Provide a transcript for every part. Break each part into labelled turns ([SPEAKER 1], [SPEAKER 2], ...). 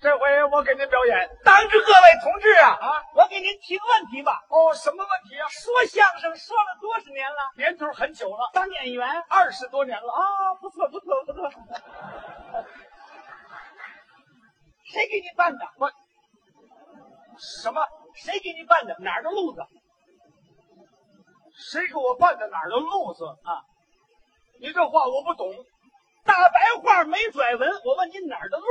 [SPEAKER 1] 这回我给您表演
[SPEAKER 2] 当着各位同志啊，
[SPEAKER 1] 啊！
[SPEAKER 2] 我给您提个问题吧。
[SPEAKER 1] 哦，什么问题啊？
[SPEAKER 2] 说相声说了多少年了？
[SPEAKER 1] 年头很久了，
[SPEAKER 2] 当演员啊、
[SPEAKER 1] 二十多年了。
[SPEAKER 2] 不错不错不 错。谁给你办的？
[SPEAKER 1] 什么？
[SPEAKER 2] 谁给你办的？哪儿的路子
[SPEAKER 1] 谁给我办的哪儿的路子？
[SPEAKER 2] 啊？
[SPEAKER 1] 你这话我不懂，
[SPEAKER 2] 大白话没拽文，我问您哪儿的路？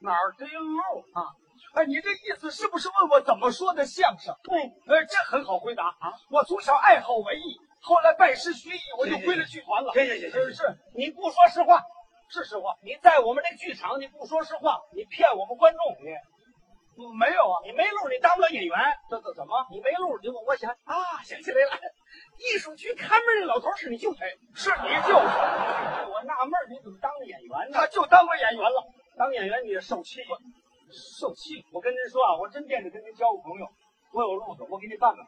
[SPEAKER 1] 哪儿的路
[SPEAKER 2] 啊？
[SPEAKER 1] 哎，你这意思是不是问我怎么说的相声？
[SPEAKER 2] 对，
[SPEAKER 1] 呃，这很好回答啊！我从小爱好文艺，后来拜师学艺，我就
[SPEAKER 2] 行行
[SPEAKER 1] 归了剧团了。
[SPEAKER 2] 行行行行
[SPEAKER 1] 是是
[SPEAKER 2] 你不说实话，
[SPEAKER 1] 是实话，
[SPEAKER 2] 你在我们这剧场你不说实话，你骗我们观众，你
[SPEAKER 1] 没有啊？
[SPEAKER 2] 你没路，你当不了演员。
[SPEAKER 1] 这这怎么？
[SPEAKER 2] 你没路，你我我想啊，想起来了，艺术局看门那老头是你舅。
[SPEAKER 1] 哎，是你就是，
[SPEAKER 2] 我纳闷儿你怎么当了演员呢
[SPEAKER 1] 他？就当过演员了。
[SPEAKER 2] 当演员你也受气，受气。我跟您说啊，我真惦着跟您交个朋友，我有路子，我给你办办。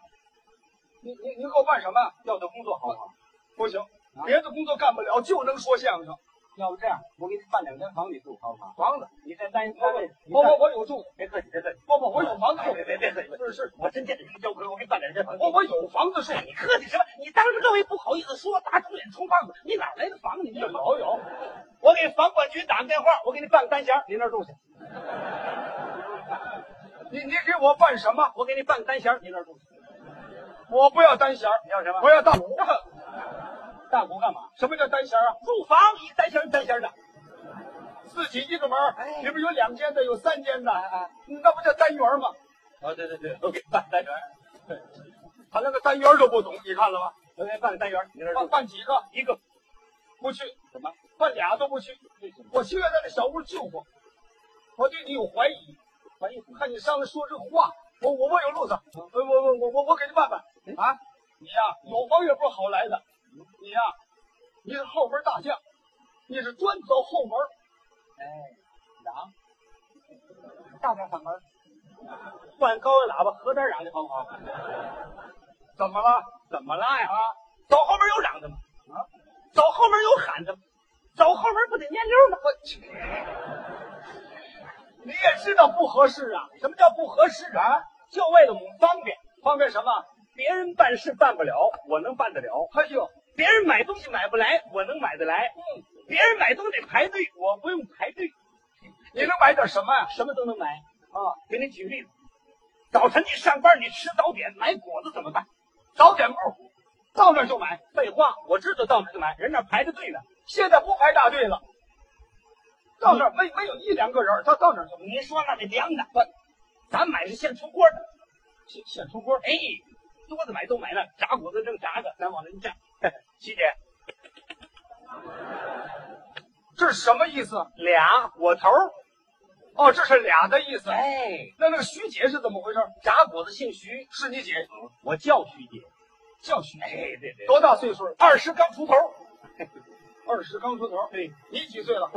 [SPEAKER 1] 你你你给我办什么呀？
[SPEAKER 2] 要的工作好不好？
[SPEAKER 1] 不行
[SPEAKER 2] 啊，
[SPEAKER 1] 别的工作干不了，就能说相声。
[SPEAKER 2] 要不这样，我给你办两间房，你住好不好？
[SPEAKER 1] 房子，
[SPEAKER 2] 你在单
[SPEAKER 1] 我
[SPEAKER 2] 单位，
[SPEAKER 1] 我我我有住，
[SPEAKER 2] 别客气，别客气，哎
[SPEAKER 1] 我我我有房子住，
[SPEAKER 2] 别别别客气，
[SPEAKER 1] 是是，
[SPEAKER 2] 我真惦着跟您交朋友，我给你办两间房。哎
[SPEAKER 1] 我我有房子住，
[SPEAKER 2] 你客气什么？你当着各位不好意思说，打肿脸充胖子，你哪来的房？你这
[SPEAKER 1] 有有有，
[SPEAKER 2] 我给房管局打个电话，我给你办个单间，你那儿住去。
[SPEAKER 1] 你你给我办什么？
[SPEAKER 2] 我给你办个单间，你那儿住去。
[SPEAKER 1] 我不要单弦儿，
[SPEAKER 2] 你要什么？
[SPEAKER 1] 我要大鼓。
[SPEAKER 2] 大鼓干嘛？
[SPEAKER 1] 什么叫单弦儿啊？
[SPEAKER 2] 住房一单间一单间的。
[SPEAKER 1] 自己一个门儿
[SPEAKER 2] 哎，
[SPEAKER 1] 里边有两间的，有三间
[SPEAKER 2] 啊
[SPEAKER 1] 的，嗯
[SPEAKER 2] 啊！
[SPEAKER 1] 那不叫单元吗？
[SPEAKER 2] 哦，对对对，我给你办单元，
[SPEAKER 1] 他连个单元都不懂，你看了吧？
[SPEAKER 2] 我给你办个单元，你那
[SPEAKER 1] 办
[SPEAKER 2] 住
[SPEAKER 1] 办几个
[SPEAKER 2] 一个
[SPEAKER 1] 不去，
[SPEAKER 2] 什么？
[SPEAKER 1] 办俩都不去。
[SPEAKER 2] 为什么？
[SPEAKER 1] 我七月在那小屋救过，我对你有怀疑，
[SPEAKER 2] 怀疑什么？
[SPEAKER 1] 看你上来说这话，我我我有路子，我我我我我我给你办办
[SPEAKER 2] 嗯
[SPEAKER 1] 啊！你呀、有房也不是好来的，你呀、你是后门大将，你是专走后门，
[SPEAKER 2] 哎，嚷，大点嗓门，换高音喇叭，合点嚷去好不好？
[SPEAKER 1] 怎么了
[SPEAKER 2] 怎么啦呀？
[SPEAKER 1] 啊？
[SPEAKER 2] 走后门有嚷的吗？
[SPEAKER 1] 啊，
[SPEAKER 2] 走后门有喊的吗？走后门不得蔫溜吗？
[SPEAKER 1] 你也知道不合适啊？
[SPEAKER 2] 什么叫不合适啊？就为了我们方便，
[SPEAKER 1] 方便什么？
[SPEAKER 2] 别人办事办不了，我能办得了。
[SPEAKER 1] 哎呦，
[SPEAKER 2] 别人买东西买不来，我能买得来。
[SPEAKER 1] 嗯，
[SPEAKER 2] 别人买东西得排队，我不用排队，
[SPEAKER 1] 你能买点什么呀、
[SPEAKER 2] 什么都能买。
[SPEAKER 1] 啊，
[SPEAKER 2] 给你举个例子，早晨你上班，你吃早点买果子怎么办？
[SPEAKER 1] 早点报，
[SPEAKER 2] 到那儿就买，废话，我知道到那儿就买，人那儿排着队呢。
[SPEAKER 1] 现在不排大队了，到那儿没没有一两个人，他到那儿就
[SPEAKER 2] 你说那得凉的，不，咱买是现出锅的，
[SPEAKER 1] 现现出锅。
[SPEAKER 2] 哎，多的买都买了，炸果子正炸着，咱往那一 站，七姐
[SPEAKER 1] 这是什么意思？
[SPEAKER 2] 俩我头儿，
[SPEAKER 1] 哦，这是俩的意思。
[SPEAKER 2] 哎，
[SPEAKER 1] 那那个徐姐是怎么回事？
[SPEAKER 2] 炸果子姓徐，
[SPEAKER 1] 是你姐，
[SPEAKER 2] 我叫徐姐。
[SPEAKER 1] 叫徐姐。
[SPEAKER 2] 哎，对对，
[SPEAKER 1] 多大岁数？
[SPEAKER 2] 二十刚出头，
[SPEAKER 1] 二十刚出头。
[SPEAKER 2] 对，
[SPEAKER 1] 你几岁了？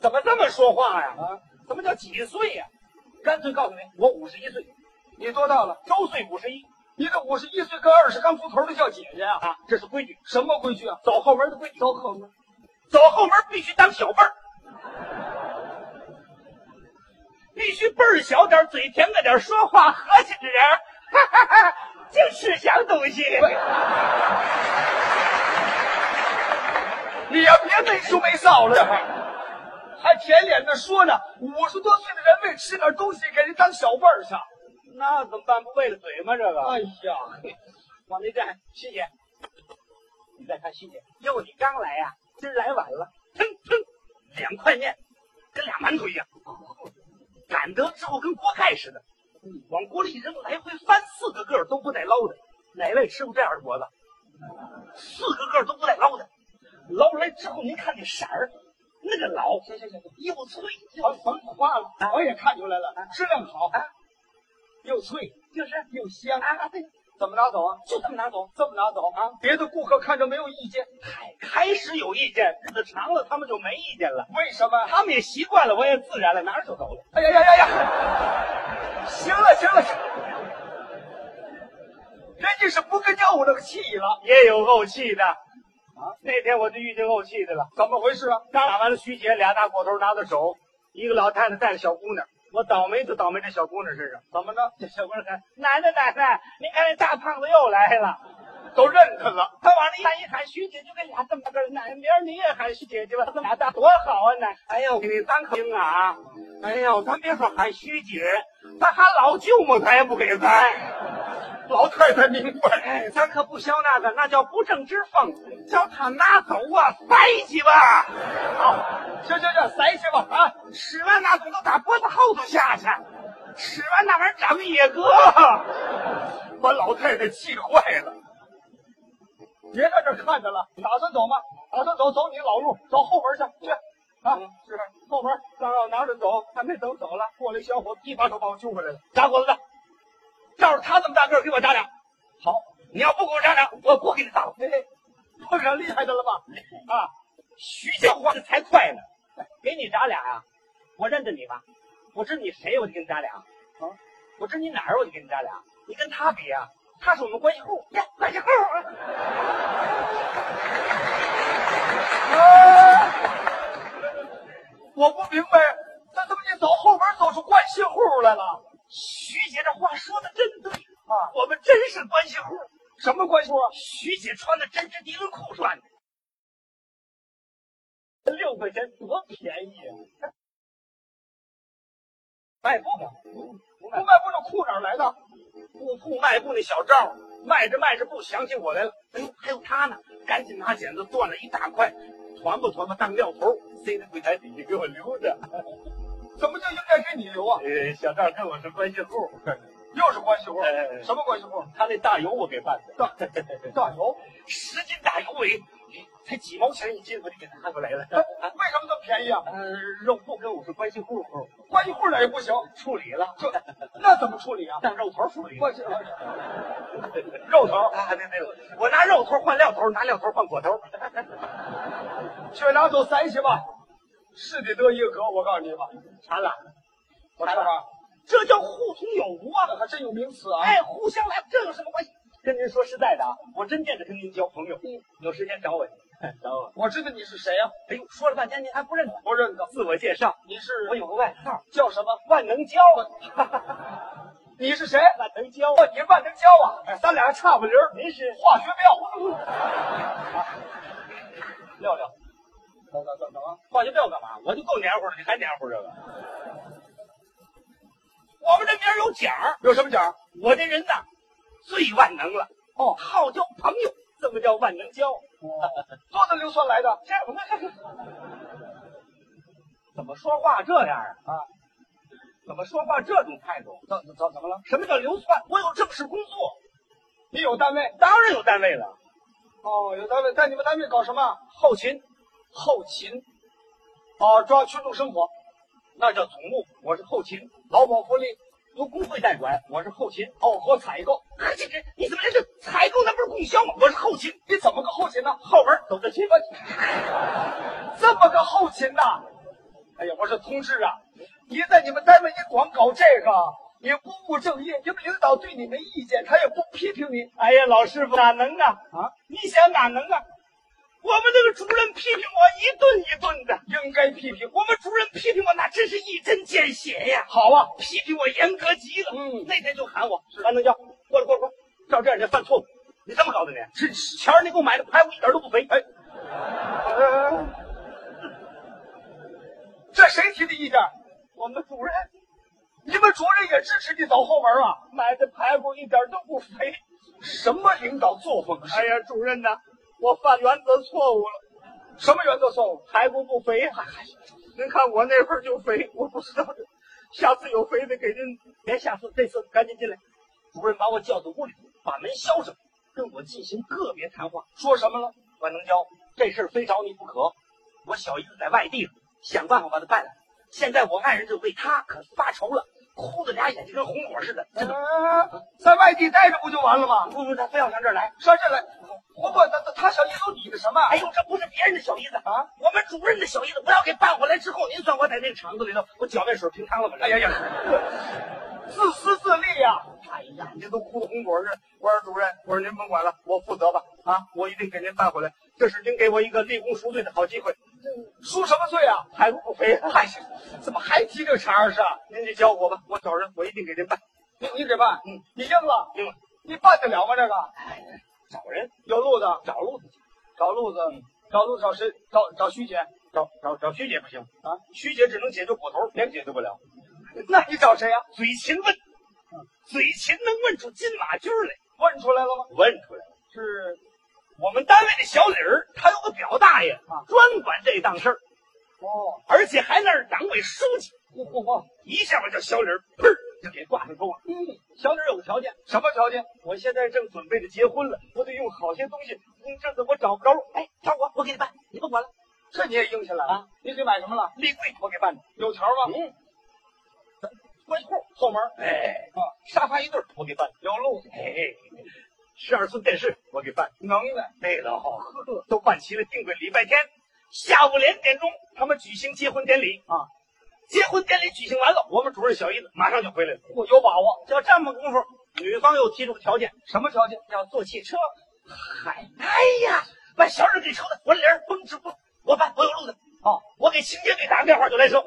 [SPEAKER 2] 怎么这么说话呀？
[SPEAKER 1] 啊，
[SPEAKER 2] 怎么叫几岁呀、干脆告诉你，我五十一岁，
[SPEAKER 1] 你多大了？
[SPEAKER 2] 周岁五十一
[SPEAKER 1] 你这五十一岁跟二十刚出头的叫姐姐啊？
[SPEAKER 2] 啊，这是规矩，
[SPEAKER 1] 什么规矩啊？
[SPEAKER 2] 走后门的规矩，
[SPEAKER 1] 走后门。
[SPEAKER 2] 走后门必须当小辈儿，必须辈儿小点儿，嘴甜个点儿，说话和气的人儿，哈哈哈，净吃洋东西。
[SPEAKER 1] 你呀，别没羞没臊了，还舔脸的说呢。五十多岁的人为吃点东西给人当小辈儿去。
[SPEAKER 2] 那怎么办？不为了嘴吗？这个
[SPEAKER 1] 哎呀，
[SPEAKER 2] 往那站，徐姐，你再看徐姐，哟，你刚来呀、今儿来晚了，腾腾，两块面跟俩馒头一样，擀得之后跟锅盖似的，往锅里一扔，来回翻四个个儿都不带捞的，哪位吃过这样的果子？四个个儿都不带捞的，捞出来之后，您看那色儿，那个老
[SPEAKER 1] 行行行行，
[SPEAKER 2] 又脆又啊
[SPEAKER 1] 甭甭夸了，我也看出来了，质量好，又脆
[SPEAKER 2] 就是
[SPEAKER 1] 又香。
[SPEAKER 2] 啊，对，
[SPEAKER 1] 怎么拿走啊？
[SPEAKER 2] 就这么拿走。
[SPEAKER 1] 这么拿走啊？别的顾客看着没有意见，
[SPEAKER 2] 开开始有意见，日子长了他们就没意见了。
[SPEAKER 1] 为什么？
[SPEAKER 2] 他们也习惯了，我也自然了，拿着就走了。
[SPEAKER 1] 哎呀呀呀呀！行了行了，行了人家是不跟你怄那个气了。
[SPEAKER 2] 也有怄气的，
[SPEAKER 1] 啊，啊，
[SPEAKER 2] 那天我就遇见怄气的了。
[SPEAKER 1] 怎么回事啊？
[SPEAKER 2] 打完了徐杰，俩大狗头拿着手，一个老太太带着小姑娘。我倒霉就倒霉这小姑娘身上。
[SPEAKER 1] 怎么呢？
[SPEAKER 2] 这小姑娘喊：“奶奶，奶奶，您看那大胖子又来了。”
[SPEAKER 1] 都认他了。
[SPEAKER 2] 他往那一喊，一喊徐姐就跟俩这么大个儿奶奶，明儿你也喊徐姐姐吧，咱们俩大多好啊奶。哎呀，我给你当听啊，哎呀，咱别说喊徐姐，咱喊老舅母咱也不给咱。
[SPEAKER 1] 老太太明白，
[SPEAKER 2] 哎，咱可不消那个，那叫不正之风。叫他拿走啊，塞去吧。好，
[SPEAKER 1] 行行行，塞去吧啊！
[SPEAKER 2] 使完那东都打脖子后头下去，使完那玩意儿长野哥。
[SPEAKER 1] 把老太太气坏了。别在这儿看着了，打算走吗？打算走，走你老路，走后门去，去啊！
[SPEAKER 2] 嗯
[SPEAKER 1] 是后门，
[SPEAKER 2] 刚要拿着走，还没走走了，过来一小伙子一把手把我揪回来了。
[SPEAKER 1] 大伙子的，
[SPEAKER 2] 要是他这么大个儿给我打两，
[SPEAKER 1] 好，
[SPEAKER 2] 你要不给我打两，我不给你打了。
[SPEAKER 1] 嘿嘿，碰上厉害的了吧？啊，
[SPEAKER 2] 徐家花的才快呢，给你打俩啊！我认得你吧？我知你谁，我就给你打俩。啊，我知你哪儿，我就给你打俩。你跟他比啊，他是我们关系户，呀，关系户啊！
[SPEAKER 1] 我不明白，他怎么一走后门走出关系户来了？
[SPEAKER 2] 徐姐这话说的真对
[SPEAKER 1] 啊
[SPEAKER 2] 我们真是关系户。
[SPEAKER 1] 什么关系户啊？
[SPEAKER 2] 徐姐穿的针织涤纶裤穿的，六块钱多便宜啊！卖布的，不
[SPEAKER 1] 不
[SPEAKER 2] 卖
[SPEAKER 1] 卖不这裤哪儿来的？
[SPEAKER 2] 布铺卖布那小赵，卖着卖着不想起我来了。哎呦，还有他呢！赶紧拿剪子断了一大块，团吧团吧当料头，塞在柜台底哎下给我留着。
[SPEAKER 1] 怎么就应该给你留啊？
[SPEAKER 2] 呃，小赵跟我是关 系户，
[SPEAKER 1] 又是关系户
[SPEAKER 2] 哎哎哎，
[SPEAKER 1] 什么关系户？
[SPEAKER 2] 他那大油我给办的，
[SPEAKER 1] 大 大油，
[SPEAKER 2] 十斤大油围，才几毛钱一斤，我就给拿过来了。
[SPEAKER 1] 为什么这么便宜啊？
[SPEAKER 2] 呃，肉铺跟我是关系户，
[SPEAKER 1] 关系户哪也不行，
[SPEAKER 2] 处理了，
[SPEAKER 1] 这那怎么处 理啊？
[SPEAKER 2] 当肉头处理。
[SPEAKER 1] 关系肉头，
[SPEAKER 2] 啊，对对对，我拿肉头换料头，拿料头换果头。
[SPEAKER 1] 啊去拿走塞去吧，是得得一个格，我告诉你吧，
[SPEAKER 2] 馋了，
[SPEAKER 1] 我看看。
[SPEAKER 2] 这叫互通有无啊！
[SPEAKER 1] 啊，还真有名词啊！
[SPEAKER 2] 哎，互相来，这有什么关系？跟您说实在的啊，我真惦着跟您交朋友，有时间找我去，找我。
[SPEAKER 1] 嗯我知道你是谁啊？
[SPEAKER 2] 哎呦，说了半天您还不认得我，
[SPEAKER 1] 不认得，
[SPEAKER 2] 自我介绍，
[SPEAKER 1] 你是
[SPEAKER 2] 我有个外号
[SPEAKER 1] 叫什么？
[SPEAKER 2] 万能胶，
[SPEAKER 1] 你是谁？
[SPEAKER 2] 万能胶。
[SPEAKER 1] 哦，你万能胶啊！咱俩还差不离儿，
[SPEAKER 2] 您是
[SPEAKER 1] 化学妙 啊！
[SPEAKER 2] 廖廖，
[SPEAKER 1] 等等等等啊！
[SPEAKER 2] 化学料干嘛？我就够黏糊了，你还黏糊这个？我们这名儿有奖儿，
[SPEAKER 1] 有什么奖？
[SPEAKER 2] 我这人呐，最万能了，
[SPEAKER 1] 哦，
[SPEAKER 2] 好交朋友，这么叫万能胶。
[SPEAKER 1] 多的硫酸来的
[SPEAKER 2] 这样，我看看看，怎么说话这样啊？
[SPEAKER 1] 啊？
[SPEAKER 2] 怎么说话这种态度？
[SPEAKER 1] 怎怎怎么了？
[SPEAKER 2] 什么叫流窜？我有正式工作，
[SPEAKER 1] 你有单位？
[SPEAKER 2] 当然有单位了。
[SPEAKER 1] 哦，有单位，在你们单位搞什么？
[SPEAKER 2] 后勤，
[SPEAKER 1] 后勤。哦，抓群众生活，
[SPEAKER 2] 那叫总务，我是后勤，
[SPEAKER 1] 劳保福利，
[SPEAKER 2] 由工会代管，我是后勤。
[SPEAKER 1] 哦，和采购。
[SPEAKER 2] 呵，这这你怎么连这采购那不是供销吗？我是后勤，
[SPEAKER 1] 你怎么个后勤呢？
[SPEAKER 2] 后边走着去。
[SPEAKER 1] 这么个后勤呐、哎呀，我说同志啊，你在你们单位你光搞这个，你不务正业，你们领导对你没意见，他也不批评你
[SPEAKER 2] 哎呀，老师傅哪能啊？
[SPEAKER 1] 啊。
[SPEAKER 2] 你想哪能啊？我们这个主任批评我一顿一顿的，
[SPEAKER 1] 应该批评，
[SPEAKER 2] 我们主任批评我那真是一针见血呀。
[SPEAKER 1] 好啊，
[SPEAKER 2] 批评我严格极了。
[SPEAKER 1] 嗯
[SPEAKER 2] 那天就喊我安能娇，过来过来过来，照这样你犯错误，你怎么搞的你？
[SPEAKER 1] 真是。
[SPEAKER 2] 前儿你给我买的排骨一点都不肥，哎，
[SPEAKER 1] 哎这谁提的意见？
[SPEAKER 2] 我们主任
[SPEAKER 1] 你们主任也支持你走后门啊？
[SPEAKER 2] 买的排骨一点都不肥。
[SPEAKER 1] 什么领导作风啊是？
[SPEAKER 2] 哎呀，主任呐，我犯原则错误了，
[SPEAKER 1] 什么原则错误？哎
[SPEAKER 2] 排骨不肥呀、您看我那份儿就肥，我不知道这，下次有肥的给您。别下次，这次赶紧进来。主任把我叫到屋里，把门销上，跟我进行个别谈话。
[SPEAKER 1] 说什么了？
[SPEAKER 2] 万能胶，这事儿非找你不可。我小姨子在外地呢，想办法把她办来。现在我爱人就为她可发愁了，哭的俩眼睛跟红火似的。真的，
[SPEAKER 1] 哎
[SPEAKER 2] 嗯
[SPEAKER 1] 在外地待着不就完了吗？
[SPEAKER 2] 不不，她非要上这儿来。
[SPEAKER 1] 上这来，不不，他他他想有你的什么？
[SPEAKER 2] 哎呦，这不是别人的小姨子
[SPEAKER 1] 啊，
[SPEAKER 2] 我们主任的小姨子。不要给办回来之后，您算我在那个厂子里头，我脚面水平汤了吧？
[SPEAKER 1] 哎呀呀！自私自利呀、
[SPEAKER 2] 哎呀，您都哭得红果似的。我说主任，我说您甭管了，我负责吧。啊，我一定给您办回来。这是您给我一个立功赎罪的好机会，
[SPEAKER 1] 输什么罪啊？
[SPEAKER 2] 还不不赔。
[SPEAKER 1] 哎呀，怎么还提这茬儿是？
[SPEAKER 2] 您就教我吧，我找人，我一定给您办。
[SPEAKER 1] 你你给办，
[SPEAKER 2] 嗯，
[SPEAKER 1] 你硬了，
[SPEAKER 2] 另外，
[SPEAKER 1] 你办得了吗？这个
[SPEAKER 2] 找人，
[SPEAKER 1] 有路子，
[SPEAKER 2] 找路子去，
[SPEAKER 1] 找路子，找路子找谁？找找徐姐
[SPEAKER 2] 找找找徐姐不行
[SPEAKER 1] 啊？
[SPEAKER 2] 徐姐只能解决骨头，别人解决不了。
[SPEAKER 1] 那你找谁啊呀、
[SPEAKER 2] 嘴勤问，啊嘴勤能问出金马驹儿来，
[SPEAKER 1] 问出来了吗？
[SPEAKER 2] 问出来了。
[SPEAKER 1] 是
[SPEAKER 2] 我们单位的小李儿，他有个表大爷
[SPEAKER 1] 啊
[SPEAKER 2] 专管这档事儿，
[SPEAKER 1] 哦，
[SPEAKER 2] 而且还那是党委书记。
[SPEAKER 1] 嚯嚯嚯，
[SPEAKER 2] 一下把这小李儿砰儿就给挂上钩了。
[SPEAKER 1] 嗯，
[SPEAKER 2] 小李儿有个条件，
[SPEAKER 1] 什么条件？
[SPEAKER 2] 我现在正准备着结婚了，我得用好些东西。嗯，这次我找不着了，哎，找我，我给你办，你甭管了。
[SPEAKER 1] 这你也应下来了
[SPEAKER 2] 啊？
[SPEAKER 1] 你给买什么了？
[SPEAKER 2] 立柜我给办着，
[SPEAKER 1] 有条吗？
[SPEAKER 2] 嗯，关户
[SPEAKER 1] 后门
[SPEAKER 2] 哎，
[SPEAKER 1] 啊，
[SPEAKER 2] 沙发一对儿我给办着，
[SPEAKER 1] 有路子，
[SPEAKER 2] 哎，十二寸电视我给办着。
[SPEAKER 1] 能耐。
[SPEAKER 2] 对了，都办齐了，定个礼拜天下午两点钟，他们举行结婚典礼
[SPEAKER 1] 啊。
[SPEAKER 2] 结婚典礼举行完了，我们主任小姨子马上就回来了。
[SPEAKER 1] 我有把握，
[SPEAKER 2] 就这么功夫，女方又提出个条件，
[SPEAKER 1] 什么条件？
[SPEAKER 2] 要坐汽车。嗨，哎呀，把小人给抽的，我脸儿绷直不？我办，我有路子。
[SPEAKER 1] 哦，
[SPEAKER 2] 我给清洁队打个电话就来说，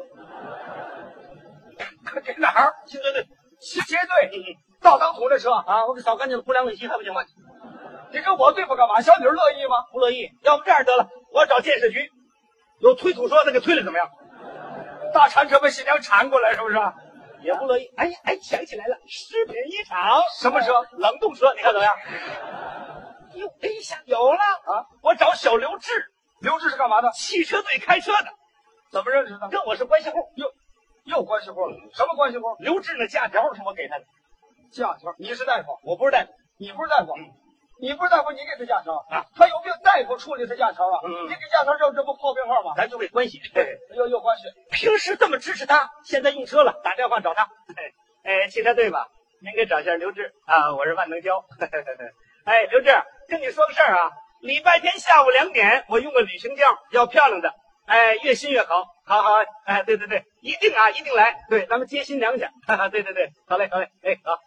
[SPEAKER 1] 给哪儿？
[SPEAKER 2] 清洁队，
[SPEAKER 1] 齐结队，
[SPEAKER 2] 嗯嗯
[SPEAKER 1] 大当涂的车，
[SPEAKER 2] 啊，我给扫干净了，不良礼仪还不行吗？
[SPEAKER 1] 你跟我对付干嘛？小女儿乐意吗？
[SPEAKER 2] 不乐意，要不这样得了，我找建设局，有推土车的给推了怎么样？
[SPEAKER 1] 大铲车被新娘铲过来是不是？
[SPEAKER 2] 也
[SPEAKER 1] 啊
[SPEAKER 2] 不乐意。哎呀，哎，想起来了，食品一厂
[SPEAKER 1] 什么车
[SPEAKER 2] 冷冻车，你看怎么样？哟，哎一下有了
[SPEAKER 1] 啊！
[SPEAKER 2] 我找小刘志，
[SPEAKER 1] 刘志是干嘛的？
[SPEAKER 2] 汽车队开车的，
[SPEAKER 1] 怎么认识的？
[SPEAKER 2] 跟我是关系户。
[SPEAKER 1] 又又关系户了？什么关系户？
[SPEAKER 2] 刘志那假条是我给他的，
[SPEAKER 1] 假条。你是大夫，
[SPEAKER 2] 我不是大夫。
[SPEAKER 1] 你不是大夫
[SPEAKER 2] 嗯，
[SPEAKER 1] 你不是大夫，你给他假条
[SPEAKER 2] 啊？
[SPEAKER 1] 他有病，大夫处理他假条啊？
[SPEAKER 2] 嗯嗯
[SPEAKER 1] 你给假条这这不泡病号吗？
[SPEAKER 2] 咱就这关系。
[SPEAKER 1] 又又关系，
[SPEAKER 2] 平时这么支持他，现在用车了，打电话找他。 哎，汽车队吧，您给找一下刘志啊，我是万能胶。 哎，刘志，跟你说个事儿啊，礼拜天下午两点，我用个旅行轿，要漂亮的，哎，越新越好。好好，哎，对对对，一定啊，一定来。对，咱们接新娘去。 哈哈，对对对，好嘞，好嘞，哎，好。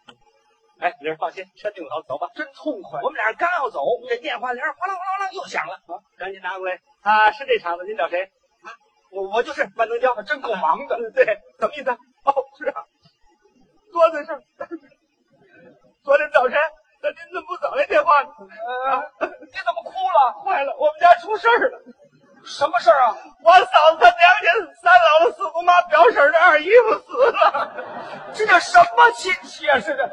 [SPEAKER 2] 哎，刘志放心，车定好，走吧。
[SPEAKER 1] 真痛快。
[SPEAKER 2] 我们俩刚要走，这电话铃儿哗啦哗啦哗啦又响了，啊，赶紧拿过来啊！是这厂子，您找谁？啊，我我就是万能胶，
[SPEAKER 1] 真够忙的。
[SPEAKER 2] 啊对，什么意思？哦，是啊，昨天是， 昨天早晨，那您怎么不早来电话呢？
[SPEAKER 1] 呃，你怎么哭了？
[SPEAKER 2] 坏了，我们家出事儿了，
[SPEAKER 1] 什么事儿啊？
[SPEAKER 2] 我嫂子她娘家三姥姥、四姑妈、表婶儿的二姨夫死了，
[SPEAKER 1] 这叫什么亲戚啊？这个，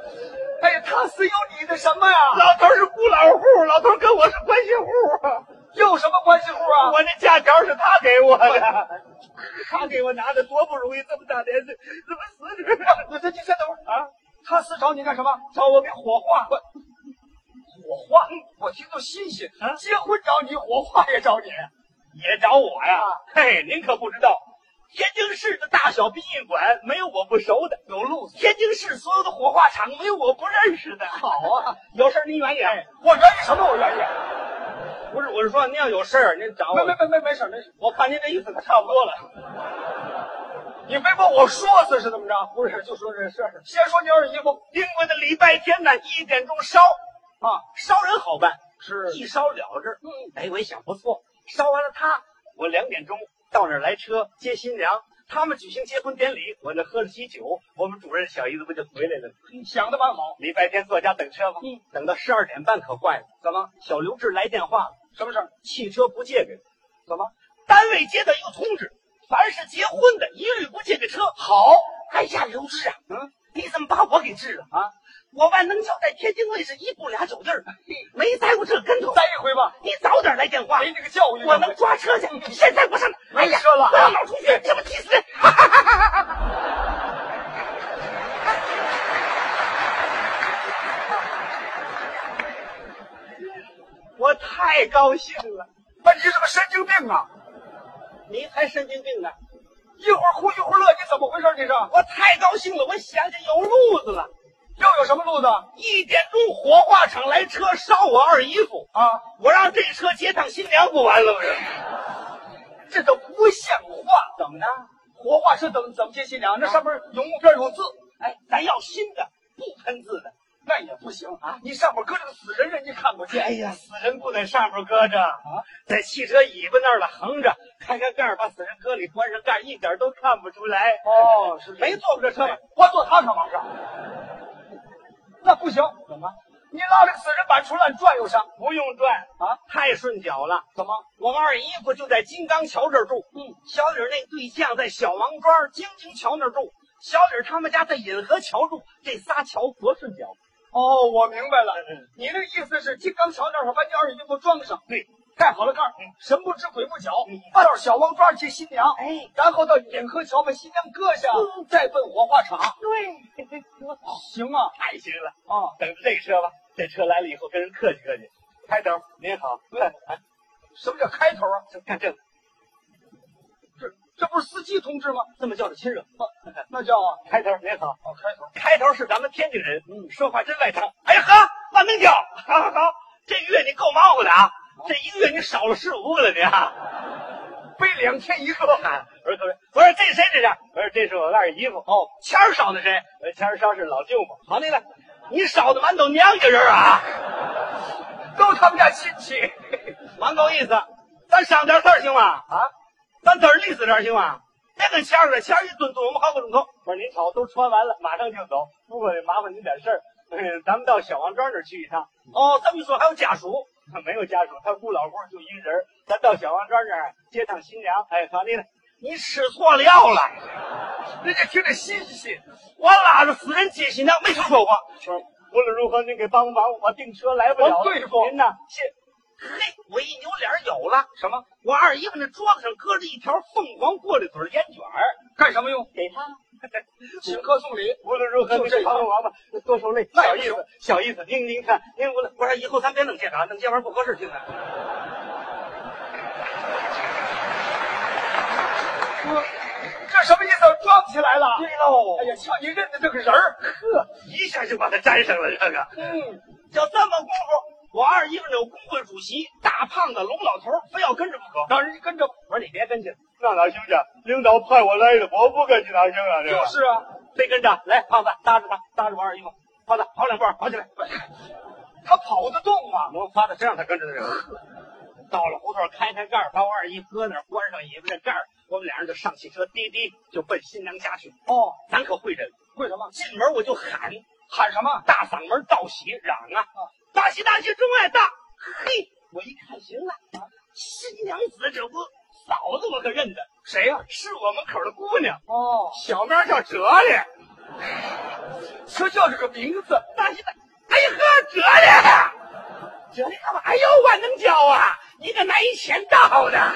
[SPEAKER 1] 哎呀，他死有你的什么呀？
[SPEAKER 2] 老头儿是孤老户，老头儿跟我是关系户啊。
[SPEAKER 1] 有什么关系户啊？
[SPEAKER 2] 我那假条是他给我的， 他给我拿的，多不容易，这么大年纪，怎么死这样
[SPEAKER 1] 我这你先等会儿，
[SPEAKER 2] 啊？
[SPEAKER 1] 他死找你干什么？
[SPEAKER 2] 找我给火化，
[SPEAKER 1] 我火化，我听都新鲜。
[SPEAKER 2] 啊
[SPEAKER 1] 结婚找你，火化也找你。
[SPEAKER 2] 也找我呀
[SPEAKER 1] 啊？
[SPEAKER 2] 嘿，您可不知道，天津市的大小殡仪馆没有我不熟的，
[SPEAKER 1] 有路子，
[SPEAKER 2] 天津市所有的火化场没有我不认识的。
[SPEAKER 1] 好啊！
[SPEAKER 2] 有事儿您远点。
[SPEAKER 1] 我愿意什么？我愿意。
[SPEAKER 2] 哎不是，我是说您要有事儿您找
[SPEAKER 1] 没
[SPEAKER 2] 我。
[SPEAKER 1] 没没没没事儿没事儿，
[SPEAKER 2] 我看您这意思可差不多了。
[SPEAKER 1] 你非把我说死是怎么着？不是，就说这事儿。先说你二姨夫
[SPEAKER 2] 英国的礼拜天呢，一点钟烧，
[SPEAKER 1] 啊，
[SPEAKER 2] 烧人好办，
[SPEAKER 1] 是
[SPEAKER 2] 一烧了之。
[SPEAKER 1] 嗯，
[SPEAKER 2] 哎，我一想不错，烧完了他，我两点钟到那儿来车接新娘，他们举行结婚典礼，我那喝了喜酒，我们主任小姨子不就回来了吗？
[SPEAKER 1] 嗯想的蛮好。
[SPEAKER 2] 礼拜天坐家等车吧，
[SPEAKER 1] 嗯，
[SPEAKER 2] 等到十二点半可坏了，
[SPEAKER 1] 怎么？
[SPEAKER 2] 小刘志来电话了，
[SPEAKER 1] 什么事儿？
[SPEAKER 2] 汽车不借给我，
[SPEAKER 1] 怎么？
[SPEAKER 2] 单位接到一个通知，凡是结婚的一律不借给车。
[SPEAKER 1] 好
[SPEAKER 2] 哎呀，刘志啊，
[SPEAKER 1] 嗯，
[SPEAKER 2] 你怎么把我给治了？
[SPEAKER 1] 啊，
[SPEAKER 2] 我万能胶在天津卫视一步俩脚印儿，没栽过这跟头。
[SPEAKER 1] 再一回吧，
[SPEAKER 2] 你早点来电话，
[SPEAKER 1] 给你个教育。
[SPEAKER 2] 我能抓车去，现在我上哪？哎呀，
[SPEAKER 1] 说了啊
[SPEAKER 2] 我要老出血，这不气死人！ 我太高兴了，
[SPEAKER 1] 那你是个神经病啊！
[SPEAKER 2] 您还神经病呢！
[SPEAKER 1] 一会儿哭一会儿乐，你怎么回事？你这
[SPEAKER 2] 我太高兴了，我想起有路子了。
[SPEAKER 1] 又有什么路子
[SPEAKER 2] 一点钟火化场来车烧我二姨夫，
[SPEAKER 1] 啊？
[SPEAKER 2] 我让这车接趟新娘不完了吗？
[SPEAKER 1] 这都不像话！
[SPEAKER 2] 怎么着？
[SPEAKER 1] 活化车怎么怎么接新娘？那上面有目标有字，
[SPEAKER 2] 哎，咱要新的，不喷字的。
[SPEAKER 1] 那也不行啊！你上面搁着个死人，人家看不见。
[SPEAKER 2] 哎呀，死人不在上面搁着啊，在汽车尾巴那儿了横着，开开盖儿，把死人搁里，关上盖儿，一点都看不出来。
[SPEAKER 1] 哦，是
[SPEAKER 2] 没
[SPEAKER 1] 没
[SPEAKER 2] 坐过这车吧？
[SPEAKER 1] 我坐他干嘛上？那不行，
[SPEAKER 2] 怎么？
[SPEAKER 1] 你拉着个死人把出烂转悠上
[SPEAKER 2] 不用转，
[SPEAKER 1] 啊？
[SPEAKER 2] 太顺脚了。
[SPEAKER 1] 怎么？
[SPEAKER 2] 我们二姨夫就在金刚桥这儿住，
[SPEAKER 1] 嗯，
[SPEAKER 2] 小李儿那对象在小王庄京津桥那儿住，小李儿他们家在引河桥住，这仨桥多顺脚。
[SPEAKER 1] 哦，我明白了，
[SPEAKER 2] 嗯
[SPEAKER 1] 你那意思是金刚桥那儿把你二姨夫装上，
[SPEAKER 2] 对，
[SPEAKER 1] 盖好了盖儿
[SPEAKER 2] 嗯，
[SPEAKER 1] 神不知鬼不觉
[SPEAKER 2] 嗯，
[SPEAKER 1] 搬到小王庄接新娘，
[SPEAKER 2] 哎，
[SPEAKER 1] 然后到引河桥把新娘搁下，
[SPEAKER 2] 嗯
[SPEAKER 1] 再奔火化场。
[SPEAKER 2] 对，
[SPEAKER 1] 行啊，
[SPEAKER 2] 太行了。
[SPEAKER 1] 啊，
[SPEAKER 2] 等着这车吧，这车来了以后跟人客气客气。开头，您好，哎，
[SPEAKER 1] 什么叫开头啊？
[SPEAKER 2] 这看这个，
[SPEAKER 1] 这这不是司机同志吗？
[SPEAKER 2] 这么叫着亲热。
[SPEAKER 1] 那叫啊，
[SPEAKER 2] 开头，您好，
[SPEAKER 1] 哦，开头。
[SPEAKER 2] 开头是咱们天津人，
[SPEAKER 1] 嗯
[SPEAKER 2] 说话真外长。哎呀呵，慢明脚，好好好，这月你够忙活的啊，这一个月你少了十五个了你啊。
[SPEAKER 1] 背两天一个。
[SPEAKER 2] 啊我说各位，我说这谁这是？我说这是我二姨夫。哦，钱儿少的谁？我说钱儿少是老舅母。好，那个，你少的满走娘家人儿啊，
[SPEAKER 1] 都他们家亲戚
[SPEAKER 2] 蛮够意思。咱赏点事儿行吗？
[SPEAKER 1] 啊！
[SPEAKER 2] 咱嘚儿利索点儿行吗？别跟钱儿似的，钱儿一顿顿我们好个钟头。我说您瞅，都穿完了，马上就走。不过麻烦您点事儿， 嗯，咱们到小王庄这儿去一趟。哦，这么一说还有家属？没有家属，他孤老户儿就一人儿。咱到小王庄这儿接趟新娘。哎，好，那个，你吃错料了。
[SPEAKER 1] 人家听着新鲜，
[SPEAKER 2] 我拉着死人接新娘，没听说
[SPEAKER 1] 啊
[SPEAKER 2] 过。无论如何，您给帮帮忙，我订车来不了了。
[SPEAKER 1] 我对付
[SPEAKER 2] 您呐，谢。嘿，我一扭脸有了
[SPEAKER 1] 什么？
[SPEAKER 2] 我二姨夫那桌子上搁着一条凤凰过滤嘴烟卷儿，
[SPEAKER 1] 干什么用？
[SPEAKER 2] 给他。
[SPEAKER 1] 请客送礼。
[SPEAKER 2] 无论如何，
[SPEAKER 1] 就
[SPEAKER 2] 您
[SPEAKER 1] 这
[SPEAKER 2] 给
[SPEAKER 1] 套
[SPEAKER 2] 帮帮忙吧，多受累。
[SPEAKER 1] 那
[SPEAKER 2] 小
[SPEAKER 1] 也
[SPEAKER 2] 意
[SPEAKER 1] 不
[SPEAKER 2] 思，小意思。您您看，您无论我说以后咱别弄这个啊，弄这玩意儿不合适，听 着。
[SPEAKER 1] 这什么意思？装起来了。
[SPEAKER 2] 喽
[SPEAKER 1] 哎呀，瞧你认得这个人儿，呵，
[SPEAKER 2] 一下就把他粘上了这个。
[SPEAKER 1] 嗯，
[SPEAKER 2] 就这么功夫，我二姨夫那有工会主席大胖子龙老头儿非要跟着不可。
[SPEAKER 1] 让人跟着
[SPEAKER 2] 我说你别跟去，那哪行去？领导派我来的，我不跟去哪行啊？这
[SPEAKER 1] 就是啊。
[SPEAKER 2] 非跟着来，胖子搭着他，搭着我二姨夫，胖子跑两步，跑起 来。
[SPEAKER 1] 他跑得动啊吗？
[SPEAKER 2] 我发的谁让他跟着的人？ 到了胡同，开开盖儿，把我二姨搁那儿，关上尾巴这盖儿，我们俩人就上汽车，滴滴就奔新娘家去。
[SPEAKER 1] 哦，
[SPEAKER 2] 咱可会人了，
[SPEAKER 1] 会什么？
[SPEAKER 2] 进门我就喊，
[SPEAKER 1] 喊什么？
[SPEAKER 2] 大嗓门道喜嚷啊，大喜大喜，中外大！嘿，我一看行了，新娘子这不嫂子我可认得，
[SPEAKER 1] 谁呀、
[SPEAKER 2] 是我门口的姑娘。
[SPEAKER 1] 哦，
[SPEAKER 2] 小名叫哲理，
[SPEAKER 1] 就叫这个名字。
[SPEAKER 2] 大姨子，哎呀呵，哲理，哲理干嘛？哎呦，万能胶啊，你这拿一钱到的，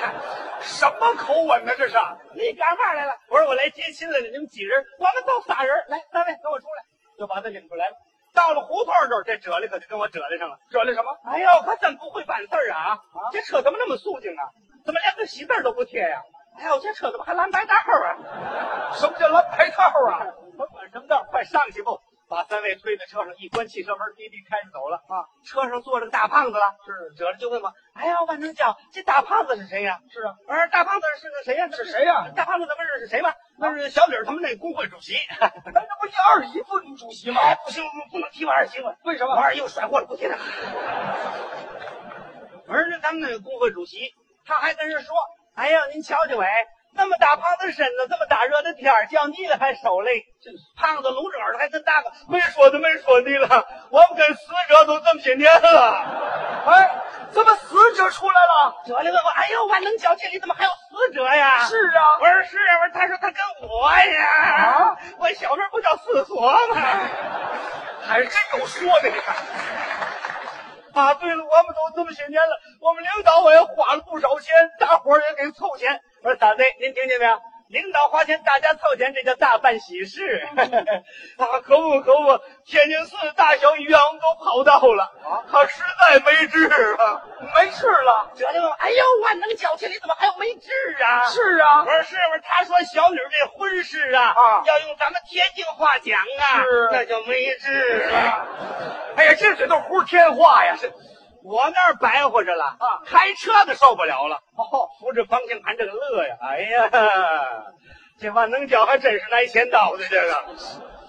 [SPEAKER 1] 什么口吻呢？这是？
[SPEAKER 2] 你干嘛来了？我说我来接亲来了，你们几人？我们都仨人，来，三位跟我出来，就把他领出来了。到了胡同这儿，这哲理可就跟我哲理上了。
[SPEAKER 1] 惹了什么？
[SPEAKER 2] 哎呦，可真不会办事儿啊！这车怎么那么肃静啊？怎么连个喜字儿都不贴呀、哎呦，这车怎么还蓝白道儿啊？
[SPEAKER 1] 什么叫蓝牌套啊？
[SPEAKER 2] 甭管什么道，快上去吧！把三位推在车上，一关汽车门，滴滴开着走了
[SPEAKER 1] 啊！
[SPEAKER 2] 车上坐着个大胖子了，
[SPEAKER 1] 是
[SPEAKER 2] 褶着就问我：“哎呀，万能酱，这大胖子是谁呀、
[SPEAKER 1] 是啊，
[SPEAKER 2] 我说：“大胖子是个谁呀、
[SPEAKER 1] 是谁呀
[SPEAKER 2] 大胖子咱们认识谁吧？那是小李儿他们那工会主席。
[SPEAKER 1] 哎，那不你二姨夫主席吗？
[SPEAKER 2] 哎，不行，不能提我二媳妇，
[SPEAKER 1] 为什
[SPEAKER 2] 我
[SPEAKER 1] 么？
[SPEAKER 2] 二姨夫甩锅了，不提他。我说：“那咱们那个工会主席，他还跟人说：‘哎呀，您瞧瞧，喂，那么大胖子身子，这么大热的天儿，叫你了还受累。’胖子聋着耳朵还真大个，没说的没说你了，我们跟死者都这么些年了。
[SPEAKER 1] 哎，怎么死者出来了？
[SPEAKER 2] 哲理问我，哎呦，万能小这里怎么还有死者呀？
[SPEAKER 1] 是啊
[SPEAKER 2] 我，说是啊，我说他说他跟我呀，
[SPEAKER 1] 啊
[SPEAKER 2] 我小名不叫四所吗？
[SPEAKER 1] 还真有说的。你看
[SPEAKER 2] 啊，对了，我们都这么些年了，我们领导我也花了不少钱，大伙儿也给凑钱。我说咋的？您听见没有？领导花钱，大家凑钱，这叫大办喜事。 啊，可不可不，天津市大小医院我们都跑到了，啊，可实在没治啊。
[SPEAKER 1] 没事了。
[SPEAKER 2] 哲理问我：“哎呦，万能脚气里怎么还有没治啊？”
[SPEAKER 1] 是
[SPEAKER 2] 我
[SPEAKER 1] 啊，
[SPEAKER 2] 说是不是？他说小女这婚事啊，
[SPEAKER 1] 啊
[SPEAKER 2] 要用咱们天津话讲啊，
[SPEAKER 1] 是
[SPEAKER 2] 那就没治了。
[SPEAKER 1] 哎呀，这嘴都胡天话呀！这
[SPEAKER 2] 我那儿白活着了
[SPEAKER 1] 啊
[SPEAKER 2] 开车的受不了了，
[SPEAKER 1] 哦，
[SPEAKER 2] 扶着方向盘这个乐呀，哎呀，这万能脚还真是来钱刀的这个。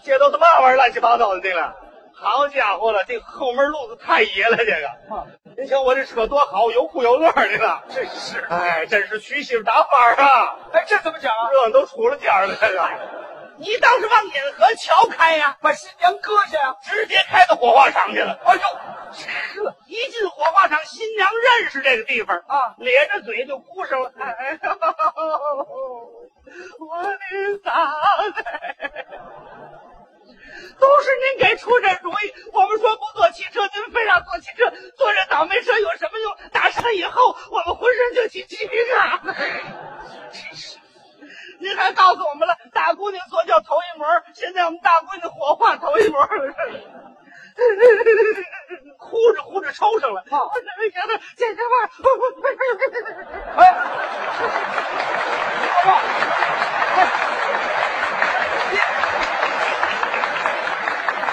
[SPEAKER 2] 这都他嘛玩意儿乱七八糟的这个，好家伙了，这后门路子太野了，这个。
[SPEAKER 1] 啊，
[SPEAKER 2] 您瞧我这车多好，有哭有乐这个。
[SPEAKER 1] 真是，
[SPEAKER 2] 哎，真是娶媳妇打板儿啊！
[SPEAKER 1] 哎，这怎么讲啊？
[SPEAKER 2] 热闹都出了天儿了，这个。你倒是往引河桥开呀、
[SPEAKER 1] 把新娘搁下呀！
[SPEAKER 2] 直接开到火化场去了。
[SPEAKER 1] 哎呦，呵，
[SPEAKER 2] 哦一进火化场，新娘认识这个地方
[SPEAKER 1] 啊
[SPEAKER 2] 咧着嘴就哭上了。 哎呦，我的嫂子，都是您给出这主意。我们说不坐汽车，您非让坐汽车，坐这倒霉车有什么用？打上以后，我们浑身就起鸡皮疙瘩。 真是。您还告诉我们了，大姑娘左脚头一模，现在我们大姑娘火化头一模了。哭着哭着抽上了，
[SPEAKER 1] 哦
[SPEAKER 2] 哎我怎么觉得这他妈？
[SPEAKER 1] 哎，老婆，哎，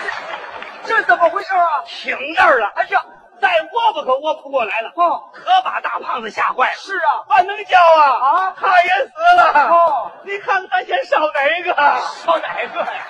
[SPEAKER 1] 你这怎么回事啊？
[SPEAKER 2] 停那儿了，
[SPEAKER 1] 哎呀，
[SPEAKER 2] 再窝吧可窝不过来了，
[SPEAKER 1] 哦，
[SPEAKER 2] 可把大胖子吓坏了。
[SPEAKER 1] 是啊，
[SPEAKER 2] 万能胶啊
[SPEAKER 1] 啊
[SPEAKER 2] 他也死了。
[SPEAKER 1] 哦，
[SPEAKER 2] 你看看他先上哪一个？
[SPEAKER 1] 上哪个呀？